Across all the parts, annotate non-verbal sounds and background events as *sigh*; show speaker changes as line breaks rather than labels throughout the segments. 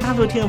大陆听众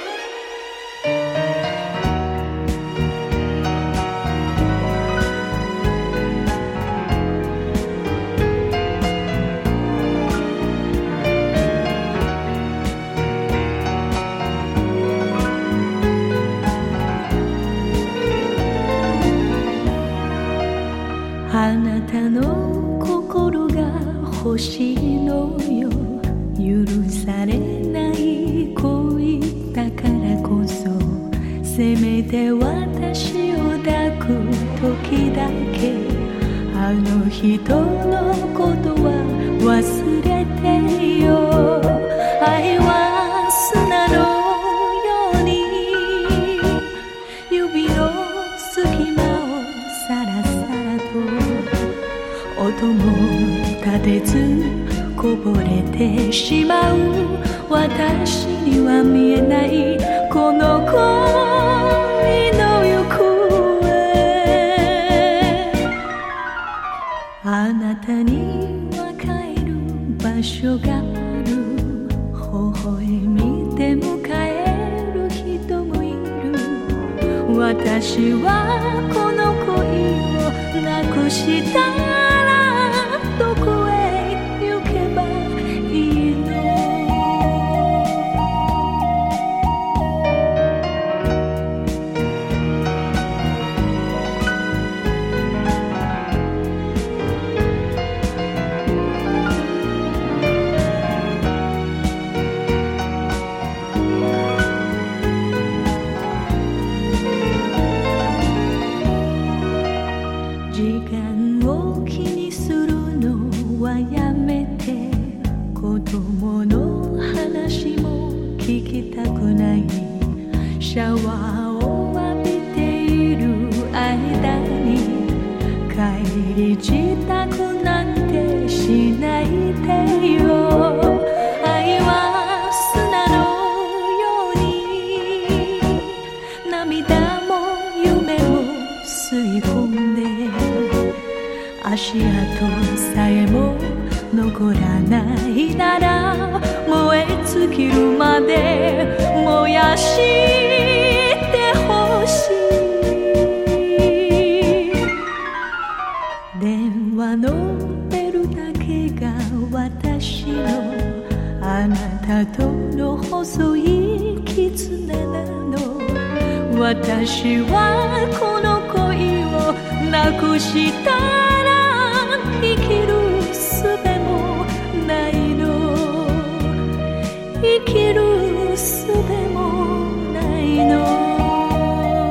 あなたの心が星のよ許されない恋だからこそせめて私を抱く時だけあの人のことは忘れてよ愛は砂のように指の隙間をさらさらと音も立てず言こぼれてしまう私には見えないこの恋の行方あなたには帰る場所がある微笑みで迎える人もいる私はこの恋をなくしたらどこへ行けばいいの時間を気にするのはやめて子供の話も聞きたくないシャワーを浴びている間に帰り自宅なんてしないでよ愛は砂のように涙も夢も吸い込んで足跡さえも残らないなら燃え尽きるまで燃やしてほしい電話のベルだけが私のあなたとの細い絆なの私はこの恋をなくしたら生きる術もないの生きる術もないの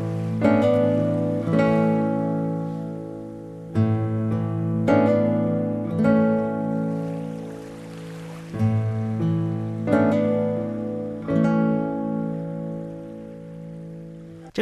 这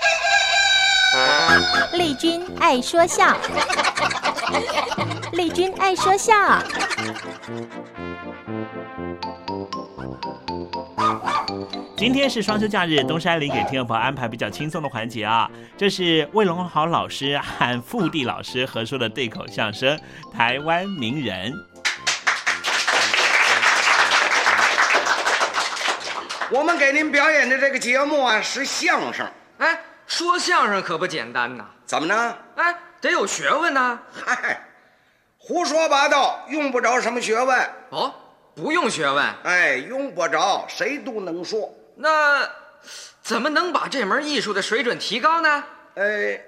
丽君爱说笑，丽君爱说笑。
今天是双休假日，东山林给听众朋友安排比较轻松的环节啊。这是魏龙豪老师和傅地老师合说的对口相声《台湾名人》。
我们给您表演的这个节目啊，是相声。
哎，说相声可不简单呐，
怎么呢？
哎，得有学问呐。
嗨，胡说八道，用不着什么学问。
哦，不用学问，
哎，用不着，谁都能说。
那怎么能把这门艺术的水准提高呢？
哎，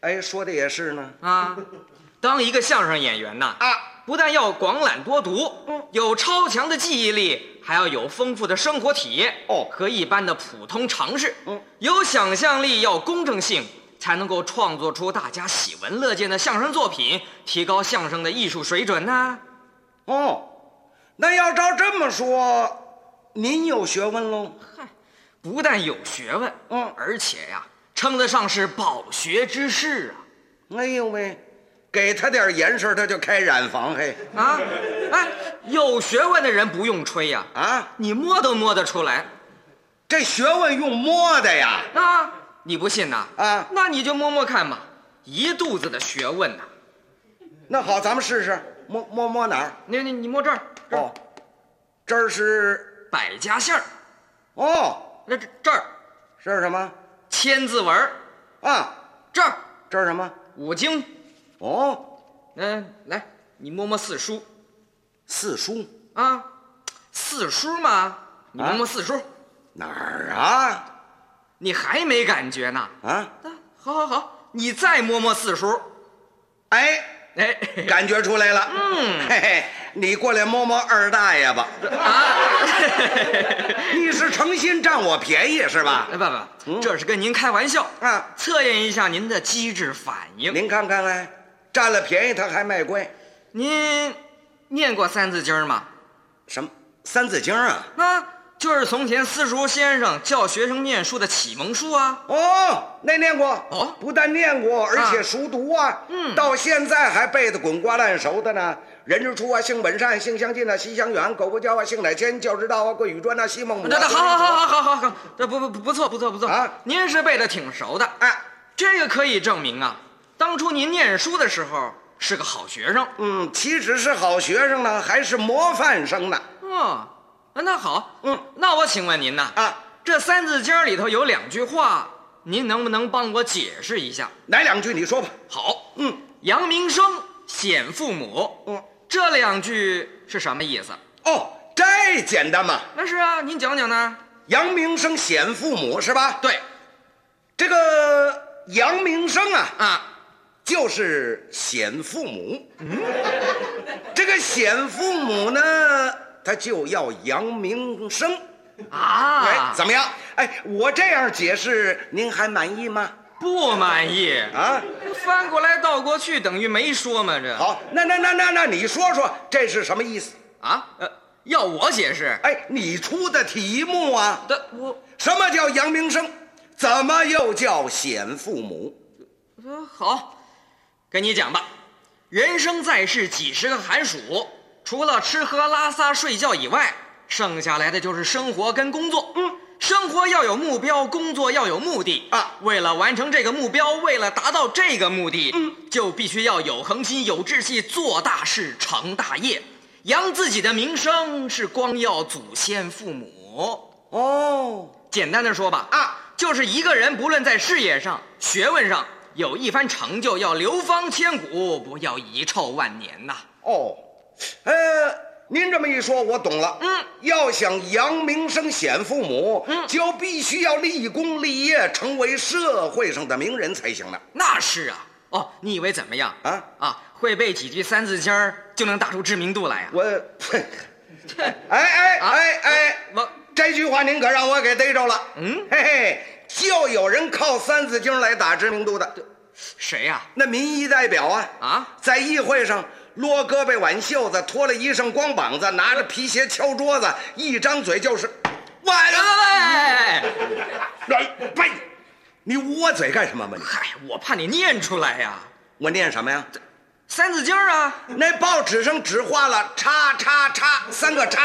哎，说的也是呢。
啊，当一个相声演员呐，
啊，嗯
不但要广览多读，有超强的记忆力，还要有丰富的生活体验哦和一般的普通常识。
嗯
有想象力，要公正性，才能够创作出大家喜闻乐见的相声作品，提高相声的艺术水准呐、
哦，那要照这么说，您有学问喽？
不但有学问，嗯，而且呀、称得上是饱学之士
啊。哎呦喂，给他点严实，他就开染坊嘿。
啊，哎，有学问的人不用吹呀、啊，你摸都摸得出来。
这学问用摸的呀？
啊，你不信呐？啊，那你就摸摸看嘛，一肚子的学问呐、
那好，咱们试试，摸摸摸哪儿？
你你你摸这儿，
这儿，这儿是
百家姓儿。
哦，
那这这儿
这是什么？
千字文儿
啊，
这儿
这是什么？
五经。
哦，
嗯、来，你摸摸四书
四书啊
啊，四书嘛，你摸摸四书，
哪儿啊？
你还没感觉呢？
啊，
好好好，你再摸摸四书，
哎，
哎，
感觉出来了。嗯，嘿嘿，你过来摸摸二大爷吧。啊， *laughs* 你是诚心占我便宜是吧
哎，？爸爸，这是跟您开玩笑
嗯啊，
测验一下您的机智反应。
您看看来，占了便宜他还卖乖，
您念过《三字经》吗？
什么《三字经》啊？
啊，就是从前私塾先生教学生念书的启蒙书啊。
哦，那念过
哦
不但念过，而且熟读啊，嗯，到现在还背得滚瓜烂熟的呢。人之初啊，性本善，性相近啊，习相远，苟不教啊，性乃迁，教之道啊，贵与专啊，昔孟母啊。
这这好好好好好好好，这不不不不错不错不错
啊！
您是背的挺熟的，
哎，
这个可以证明啊，当初您念书的时候是个好学生。
嗯，岂止是好学生呢，还是模范生呢。
哦，那好，
嗯，
那我请问您呐，
啊，
这《三字经》里头有两句话，您能不能帮我解释一下？
哪两句你说吧。
好，
嗯，
扬名声，显父母，
嗯，
这两句是什么意思？
哦，这简单嘛，
那是啊，您讲讲呢？
扬名声显父母是吧？
对，
这个扬名声啊，
啊，
就是显父母。
*laughs*
这个显父母呢，他就要扬名声。
啊，
哎，怎么样？哎，我这样解释，您还满意吗？
不满意？
啊，
翻过来倒过去等于没说嘛？这
好，那那那那那，你说说这是什么意思？
啊，呃，要我解释？
哎，你出的题目啊，
对，呃我
什么叫扬名声？怎么又叫显父母？
呃好，跟你讲吧，人生在世几十个寒暑，除了吃喝拉撒睡觉以外，剩下来的就是生活跟工作。嗯。生活要有目标，工作要有目的
啊
为了完成这个目标，为了达到这个目的，嗯，就必须要有恒心、有志气，做大事、成大业，扬自己的名声，是光耀祖先父母。
哦，
简单的说吧，
啊，
就是一个人不论在事业上、学问上有一番成就，要流芳千古，不要遗臭万年呐、
哦，呃，您这么一说，我懂了。
嗯，
要想扬名声显父母，
嗯
就必须要立功立业，成为社会上的名人才行呢。
那是啊，哦，你以为怎么样
啊
啊？会背几句《三字经》儿就能打出知名度来啊？
我， *laughs* 呸哎哎
啊
哎哎，
我
这句话您可让我给逮着了。
嗯，
嘿嘿，就有人靠《三字经》来打知名度的，
谁啊呀、
那民意代表啊，
啊？
在议会上。撸胳膊挽袖子，脱了衣裳光膀子，拿着皮鞋敲桌子，一张嘴就是，晚
喂喂喂！
来，呸！哎你捂我嘴干什么嘛你？
嗨，哎我怕你念出来呀、
我念什么呀？
三字经》啊！
那报纸上只画了叉叉叉三个叉，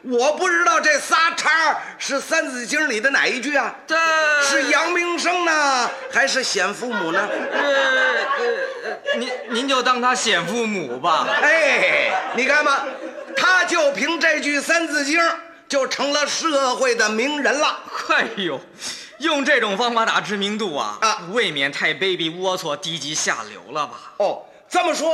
我不知道这仨叉是《三字经》里的哪一句啊？
这
是扬名声呢，还是显父母呢？
呃呃呃，您您就当他显父母吧。
哎，你看吧，他就凭这句《三字经》就成了社会的名人了。
哎呦，用这种方法打知名度啊，
啊
未免太卑鄙、龌龊、低级、下流了吧？
哦，这么说，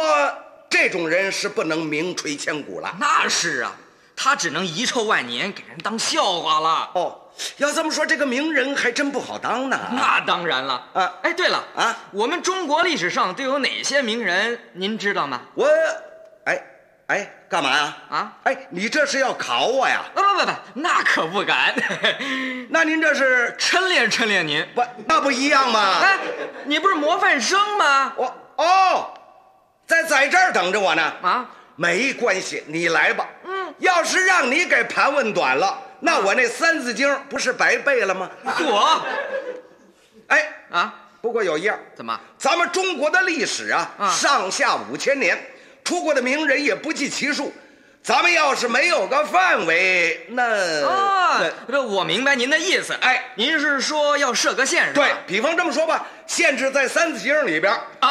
这种人是不能名垂千古了。
那是啊，他只能遗臭万年，给人当笑话了。
哦，要这么说，这个名人还真不好当呢。
那当然了
啊
哎，对了
啊
我们中国历史上都有哪些名人？您知道吗？
我，哎，哎，干嘛呀？
啊，
哎，你这是要考我呀？
不呃不不不，那可不敢。 *laughs*
那您这是
抻练抻练您，
不，那不一样吗？
哎，你不是模范生吗？
我哦，在在这儿等着我呢。
啊，
没关系，你来吧。嗯，要是让你给盘问短了，
嗯
那我那《三字经》不是白背了吗？
嚯！
哎
啊，
不过有一样，
怎么？
咱们中国的历史啊，
啊
上下五千年，出过的名人也不计其数。咱们要是没有个范围，那
啊
那，
这我明白您的意思。哎，您是说要设个限是吧？
对比方这么说吧，限制在《三字经》里边。
啊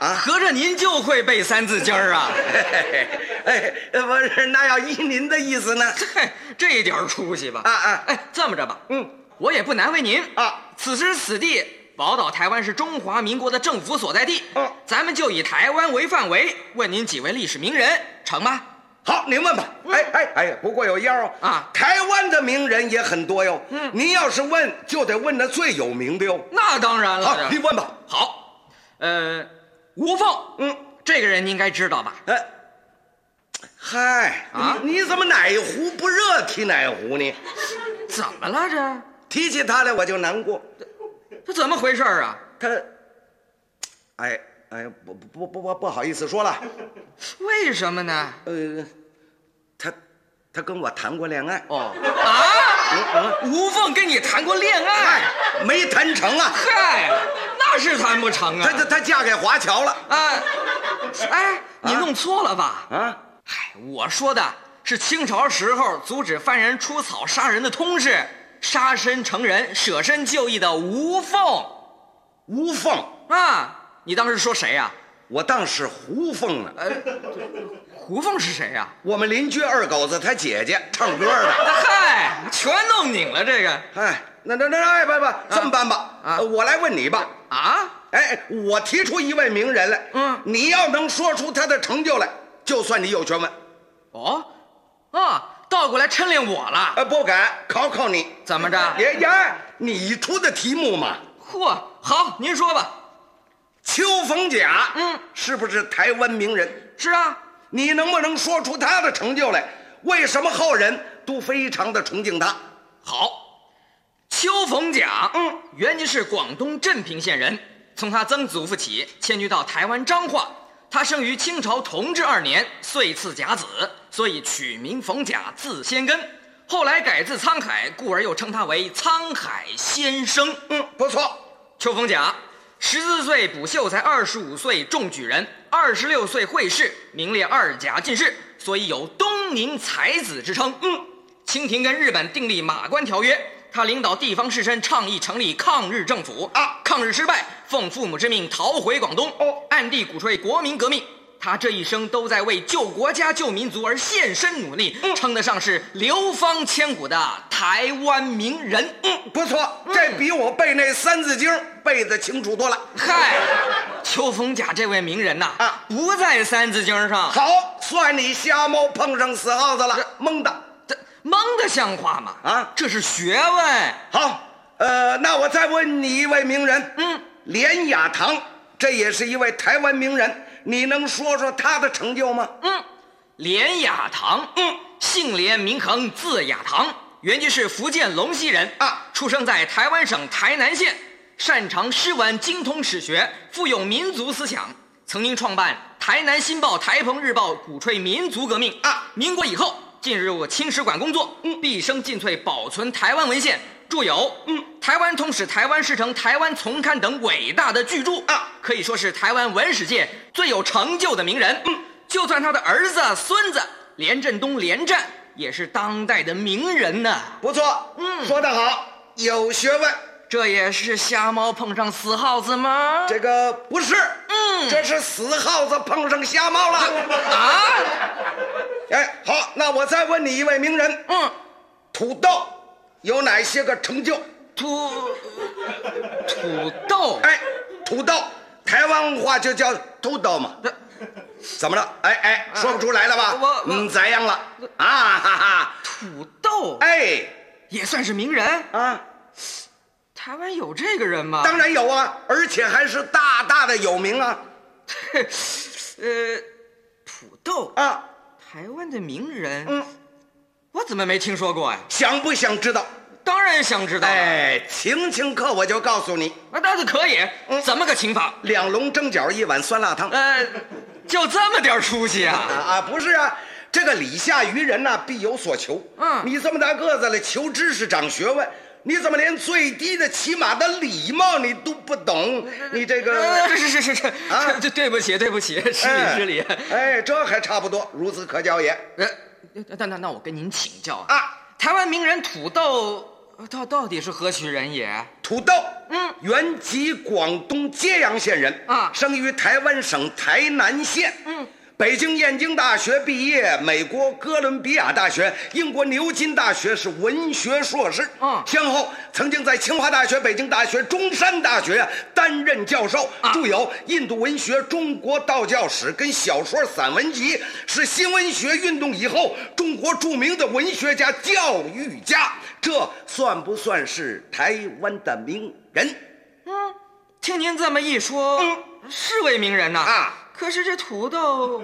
啊，合着您就会背《三字经》
*laughs*
啊？
嘿哎，不是，那要依您的意思呢？
嘿，这点出息吧？
啊啊，
哎，这么着吧，
嗯，
我也不难为您
啊。
此时此地，宝岛台湾是中华民国的政府所在地，
嗯
咱们就以台湾为范围，问您几位历史名人，成吗？
好，您问吧。哎哎哎，不过有一样哦，
嗯啊
台湾的名人也很多哟。嗯，您要是问，就得问那最有名的哟。
那当然
好，
了。
您问吧。
好，呃，吴凤，
嗯，
这个人您应该知道吧？
哎，嗨，
啊
你你怎么哪壶不热提哪壶呢？
怎么了这？
提起他来我就难过。
这怎么回事儿啊？
他，哎哎，不不不不不好意思说了，
为什么呢？
呃，他他跟我谈过恋爱，
哦啊！吴凤跟你谈过恋
哎
爱？
没谈成啊。
嗨，那是谈不成
他他
啊！
他嫁给华侨了
啊，哎，你弄错了吧？
啊？
嗨，我说的是清朝时候阻止犯人出草杀人的通事，杀身成仁、舍身就义的吴凤
吴凤。
啊！你当时说谁呀、
我当时胡凤呢，
胡凤是谁呀、
我们邻居二狗子他姐姐唱歌
*laughs*
的。
嗨，全弄拧了这个
哎，那那那哎不不，这么办吧，
啊
呃我来问你吧。
啊！
哎，我提出一位名人来，
嗯
你要能说出他的成就来，就算你有学问。
哦，啊，倒过来抻练我了，
呃，不敢考考你，
怎么着？
爷爷，你出的题目嘛，
嚯，好，您说吧。
邱逢甲，
嗯，
是不是台湾名人？
是啊，
你能不能说出他的成就来？为什么后人都非常的崇敬他？
好，邱逢甲，
嗯，
原籍是广东镇平县人，从他曾祖父起迁居到台湾彰化。他生于清朝同治二年，岁次甲子，所以取名逢甲，字先根。后来改字沧海，故而又称他为沧海先生。
嗯，不错，
邱逢甲，十四岁补秀才，二十五岁中举人，二十六岁会试，名列二甲进士，所以有东宁才子之称。嗯，清廷跟日本订立马关条约，他领导地方士绅倡议成立抗日政府
啊
抗日失败，奉父母之命逃回广东，
哦
暗地鼓吹国民革命。他这一生都在为救国家、救民族而献身努力，
嗯
称得上是流芳千古的台湾名人。嗯。
不错，这比我背那《三字经》背的清楚多了。
嗨，邱逢甲这位名人呐、
啊
不在《三字经》上，
好，算你瞎猫碰上死耗子了，蒙的。
这蒙的像话吗？
啊
这是学问。
好，呃，那我再问你一位名人，
嗯，
连雅堂，这也是一位台湾名人，你能说说他的成就吗？
嗯，连雅堂，嗯，姓连名恒，字雅堂，原籍是福建龙溪人
啊
出生在台湾省台南县，擅长诗文，精通史学，富有民族思想，曾经创办《台南新报》《台澎日报》，鼓吹民族革命
啊
民国以后进入清史馆工作，
嗯
毕生尽瘁保存台湾文献。著有《嗯台湾通史》《台湾史城》《台湾丛刊》等伟大的巨著
啊，
可以说是台湾文史界最有成就的名人。嗯，就算他的儿子、孙子连振东、连战，也是当代的名人呢、
不错，嗯，说得好，有学问。
这也是瞎猫碰上死耗子吗？
这个不是，嗯，这是死耗子碰上瞎猫了。
啊，
哎，好，那我再问你一位名人，
嗯，
土豆有哪些个成就？
土土豆，
哎，土豆，台湾话就叫土豆嘛。
这
怎么了？哎哎，说不出来了吧？
我我
嗯，咋样了？啊哈哈！
土豆
哎
也算是名人。
啊，
台湾有这个人吗？
当然有啊，而且还是大大的有名啊
呃，土豆，
啊！
台湾的名人，嗯，我怎么没听说过呀？啊
想不想知道？
当然想知道。啊
哎，嗯情情课我就告诉你，
那倒是可以。怎么个情法？
两笼蒸饺，一碗酸辣汤。
呃，就这么点出息啊？
啊，不是啊，这个礼下于人呐，必有所求。嗯，你这么大个子了，求知识长学问，你怎么连最低的起码的礼貌你都不懂？你这个
呃是是是是啊，对对不起对不
嗯
起，失礼失礼。
哎，这还差不多，孺子可教也。
呃，
嗯
那那那我跟您请教啊，台湾名人土豆。呃到到底是何许人也？
土豆，嗯，原籍广东揭阳县人啊，生于台湾省台南县，嗯，北京燕京大学毕业，美国哥伦比亚大学、英国牛津大学是文学硕士，嗯，先后曾经在清华大学、北京大学、中山大学担任教授，啊、著有《印度文学中国道教史》跟小说散文集，是新文学运动以后中国著名的文学家、教育家。这算不算是台湾的名人？
嗯，听您这么一说，嗯，是位名人呐。啊，可是这土豆，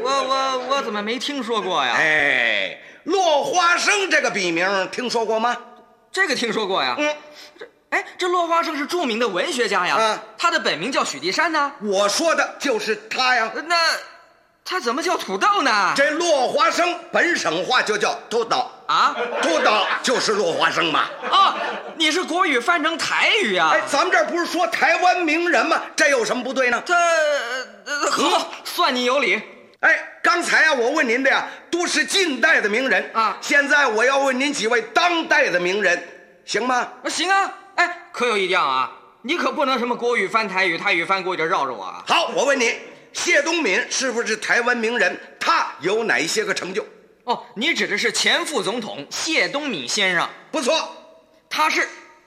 我我我怎么没听说过呀？
哎，落花生这个笔名听说过吗？
这个听说过呀。嗯，这哎，这落花生是著名的文学家呀。啊，他的本名叫许地山呢。
我说的就是他呀。
那他怎么叫土豆呢？
这落花生本省话就叫土豆。啊，土豆就是落花生嘛！
啊，你是国语翻成台语啊？
哎，咱们这不是说台湾名人吗？这有什么不对呢？
这、呃、好，嗯、算你有理。
哎，刚才啊，我问您的呀，都是近代的名人啊。现在我要问您几位当代的名人，行吗？
行啊。哎，可有一样啊，你可不能什么国语翻台语，台语翻国语，这绕着我啊。
好，我问你，谢东闵是不是台湾名人？他有哪些个成就？
哦，你指的是前副总统谢东闵先生，
不错，
他是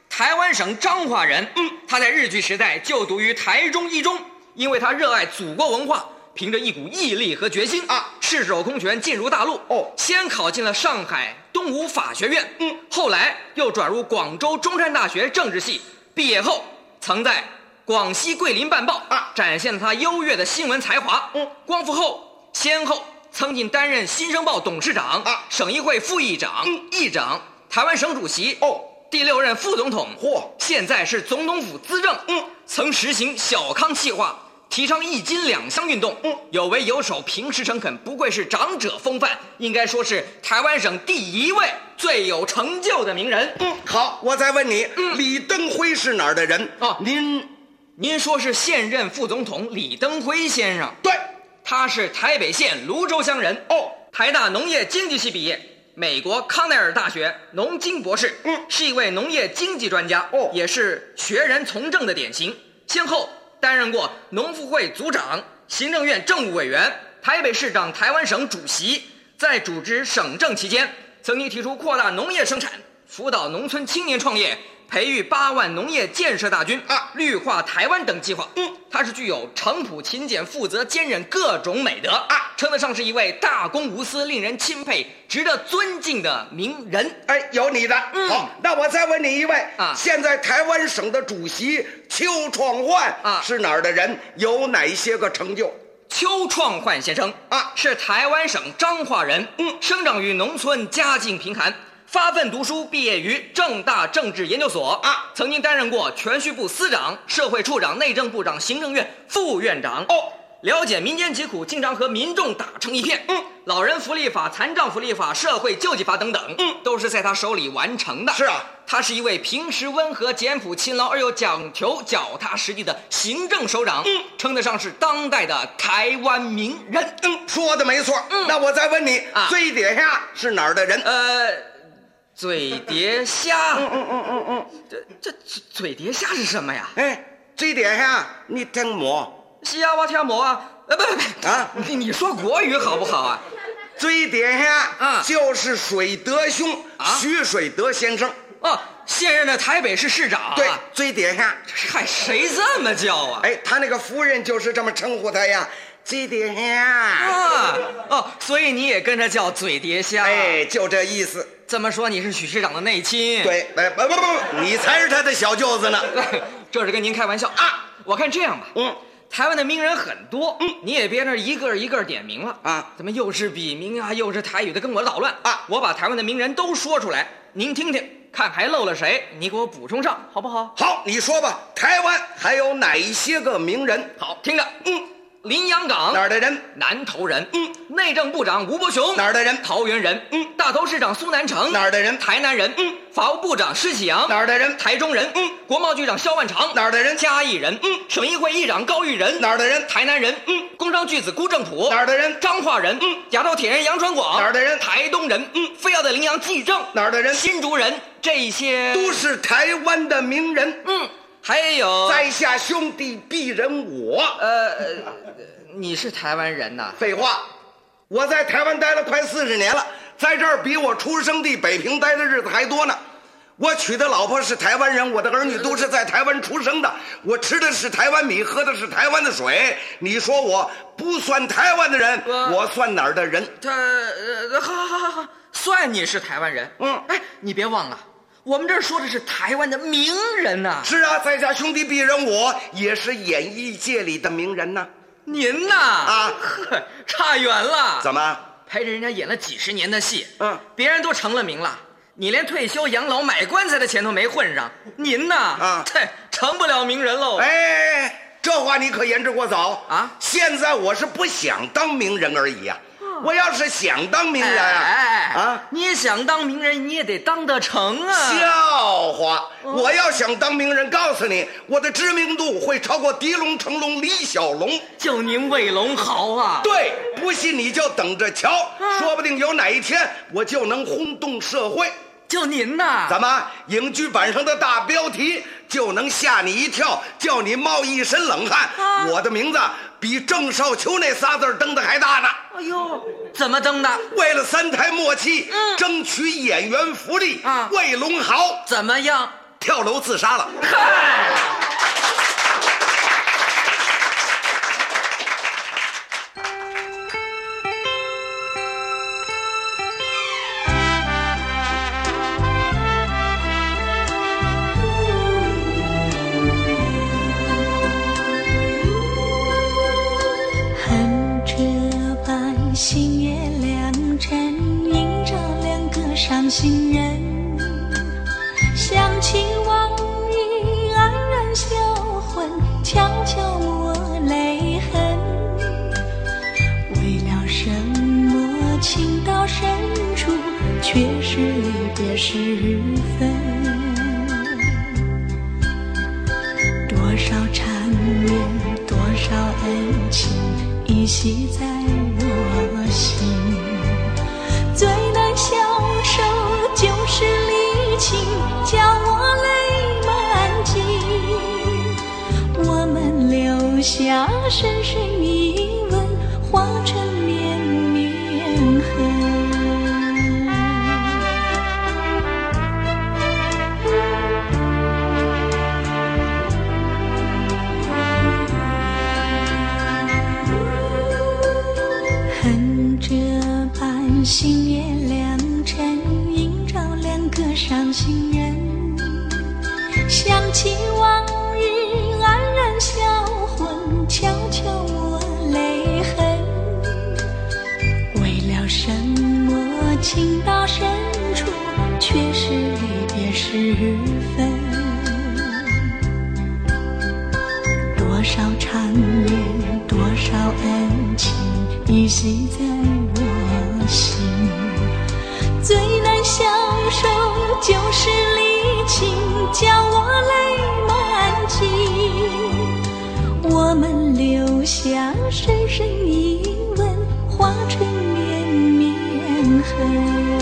台湾省彰化人。嗯，他在日据时代就读于台中一中，因为他热爱祖国文化，凭着一股毅力和决心啊，赤手空拳进入大陆。哦，先考进了上海东吴法学院，嗯，后来又转入广州中山大学政治系。毕业后，曾在广西桂林办报啊，展现了他优越的新闻才华。嗯，光复后，先后。曾经担任《新生报》董事长、啊、省议会副议长、嗯、议长、台湾省主席、哦，第六任副总统，嚯、哦，现在是总统府资政，嗯，曾实行小康计划，提倡一金两乡运动，嗯，有为有守，平时诚恳，不愧是长者风范，应该说是台湾省第一位最有成就的名人。
嗯，好，我再问你，嗯、李登辉是哪儿的人？哦，您，
您说是现任副总统李登辉先生？
对。
他是台北县泸州乡人哦，台大农业经济系毕业，美国康奈尔大学农经博士，嗯，是一位农业经济专家哦，也是学人从政的典型。先后担任过农副会组长、行政院政务委员、台北市长、台湾省主席。在主持省政期间，曾经提出扩大农业生产、辅导农村青年创业、培育八万农业建设大军啊、绿化台湾等计划。嗯。他是具有诚朴、勤俭、负责、坚韧各种美德啊，称得上是一位大公无私、令人钦佩、值得尊敬的名人。
哎，有你的。嗯、好，那我再问你一位啊，现在台湾省的主席邱创焕啊是哪儿的人？有哪些个成就？
邱创焕先生啊，是台湾省彰化人，嗯，生长于农村，家境贫寒。发奋读书，毕业于正大政治研究所啊，曾经担任过全序部司长、社会处长、内政部长、行政院副院长哦，了解民间疾苦，经常和民众打成一片。嗯，老人福利法、残障福利法、社会救济法等等，嗯，都是在他手里完成的。
是啊，
他是一位平时温和、简朴、勤劳而又讲求脚踏实地的行政首长，嗯，称得上是当代的台湾名人。
嗯，说的没错。嗯，那我再问你，最底下是哪儿的人？
呃。嘴碟虾，嗯嗯嗯嗯嗯，这这嘴嘴碟虾是什么呀？
哎，嘴碟虾，你听么？
是啊，我听么啊？呃，不不不啊，你你说国语好不好啊？
嘴碟虾啊，就是水德兄徐水德先生
哦，现任的台北市市长。啊
对，嘴碟虾，
嗨，谁这么叫啊？
哎，他那个夫人就是这么称呼他呀。嘴碟虾
啊，哦，所以你也跟着叫嘴碟虾？啊
哎，就这意思。
这么说你是许市长的内亲？
对，哎，不不不，你才是他的小舅子呢。
*laughs* 这是跟您开玩笑啊！我看这样吧，嗯，台湾的名人很多，嗯，你也别那一个一个点名了啊！怎么又是笔名啊，又是台语的，跟我捣乱啊！我把台湾的名人都说出来，您听听，看还漏了谁，你给我补充上，好不好？
好，你说吧，台湾还有哪一些个名人？
好，听着，嗯，林洋港
哪儿的人？
南投人。嗯，内政部长吴伯雄
哪儿的人？
桃园人。嗯，大头市长苏南成
哪儿的人？
台南人。嗯，法务部长施启阳
哪儿的人？
台中人。嗯，国贸局长肖万长
哪儿的人？
嘉义人。嗯，省议会议长高玉仁
哪儿的人？
台南人。嗯，工商巨子辜正甫
哪儿的人？
彰化人。嗯，亚洲铁人杨传广
哪儿的人？
台东人。嗯，非要的羚羊纪正
哪儿的人？
新竹人。这些
都是台湾的名人。
嗯。还有
在下兄弟鄙人我，
呃，你是台湾人呐？
废话，我在台湾待了快四十年了，在这儿比我出生地北平待的日子还多呢。我娶的老婆是台湾人，我的儿女都是在台湾出生的，我吃的是台湾米，喝的是台湾的水。你说我不算台湾的人，我算哪儿的人？
他，呃，好好好好，算你是台湾人。嗯，哎，你别忘了。我们这儿说的是台湾的名人呐、啊，
是啊，在下兄弟鄙人我也是演艺界里的名人呐、啊。
您呐，啊，呵， *laughs* 差远了。
怎么
陪着人家演了几十年的戏？嗯，别人都成了名了，你连退休养老买棺材的钱都没混上，您呐，啊，这成不了名人喽。
*laughs* 哎，这话你可言之过早啊！现在我是不想当名人而已啊。我要是想当名人啊，
哦哎哎、啊，你想当名人，你也得当得成啊！
笑话，哦、我要想当名人，告诉你，我的知名度会超过狄龙、成龙、李小龙，
就您卫龙豪啊！
对，不信你就等着瞧，
嗯
啊、说不定有哪一天我就能轰动社会。
就您呐，
怎么影剧版上的大标题就能吓你一跳，叫你冒一身冷汗？啊、我的名字比郑少秋那仨字登的还大呢！
哎呦，怎么登的？
为了三台默契，嗯、争取演员福利啊！魏龙豪
怎么样？
跳楼自杀了！
嗨！
新月亮沉，映照两个伤心人。想起往日黯然销魂，悄悄抹泪痕。为了什么情到深处，却是离别时分。多少缠绵，多少恩情，依稀在我。心最难消受就是离情，叫我泪满襟。我们留下深深一吻，化成绵绵痕。新月亮沉，映照两个伤心人。想起往日黯然销魂，悄悄抹泪痕。为了什么情到深处，却是离别时分。多少缠绵，多少恩情，依稀在。心最难消受就是离情，叫我泪满襟。我们留下深深一吻，化成绵绵痕。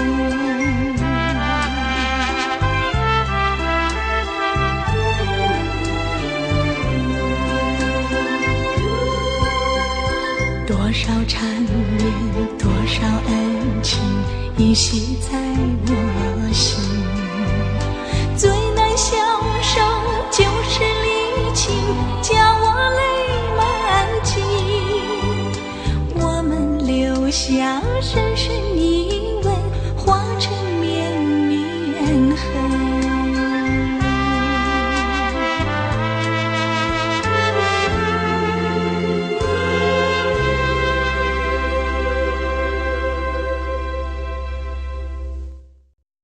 多少缠绵，多少恩情，依稀在我心。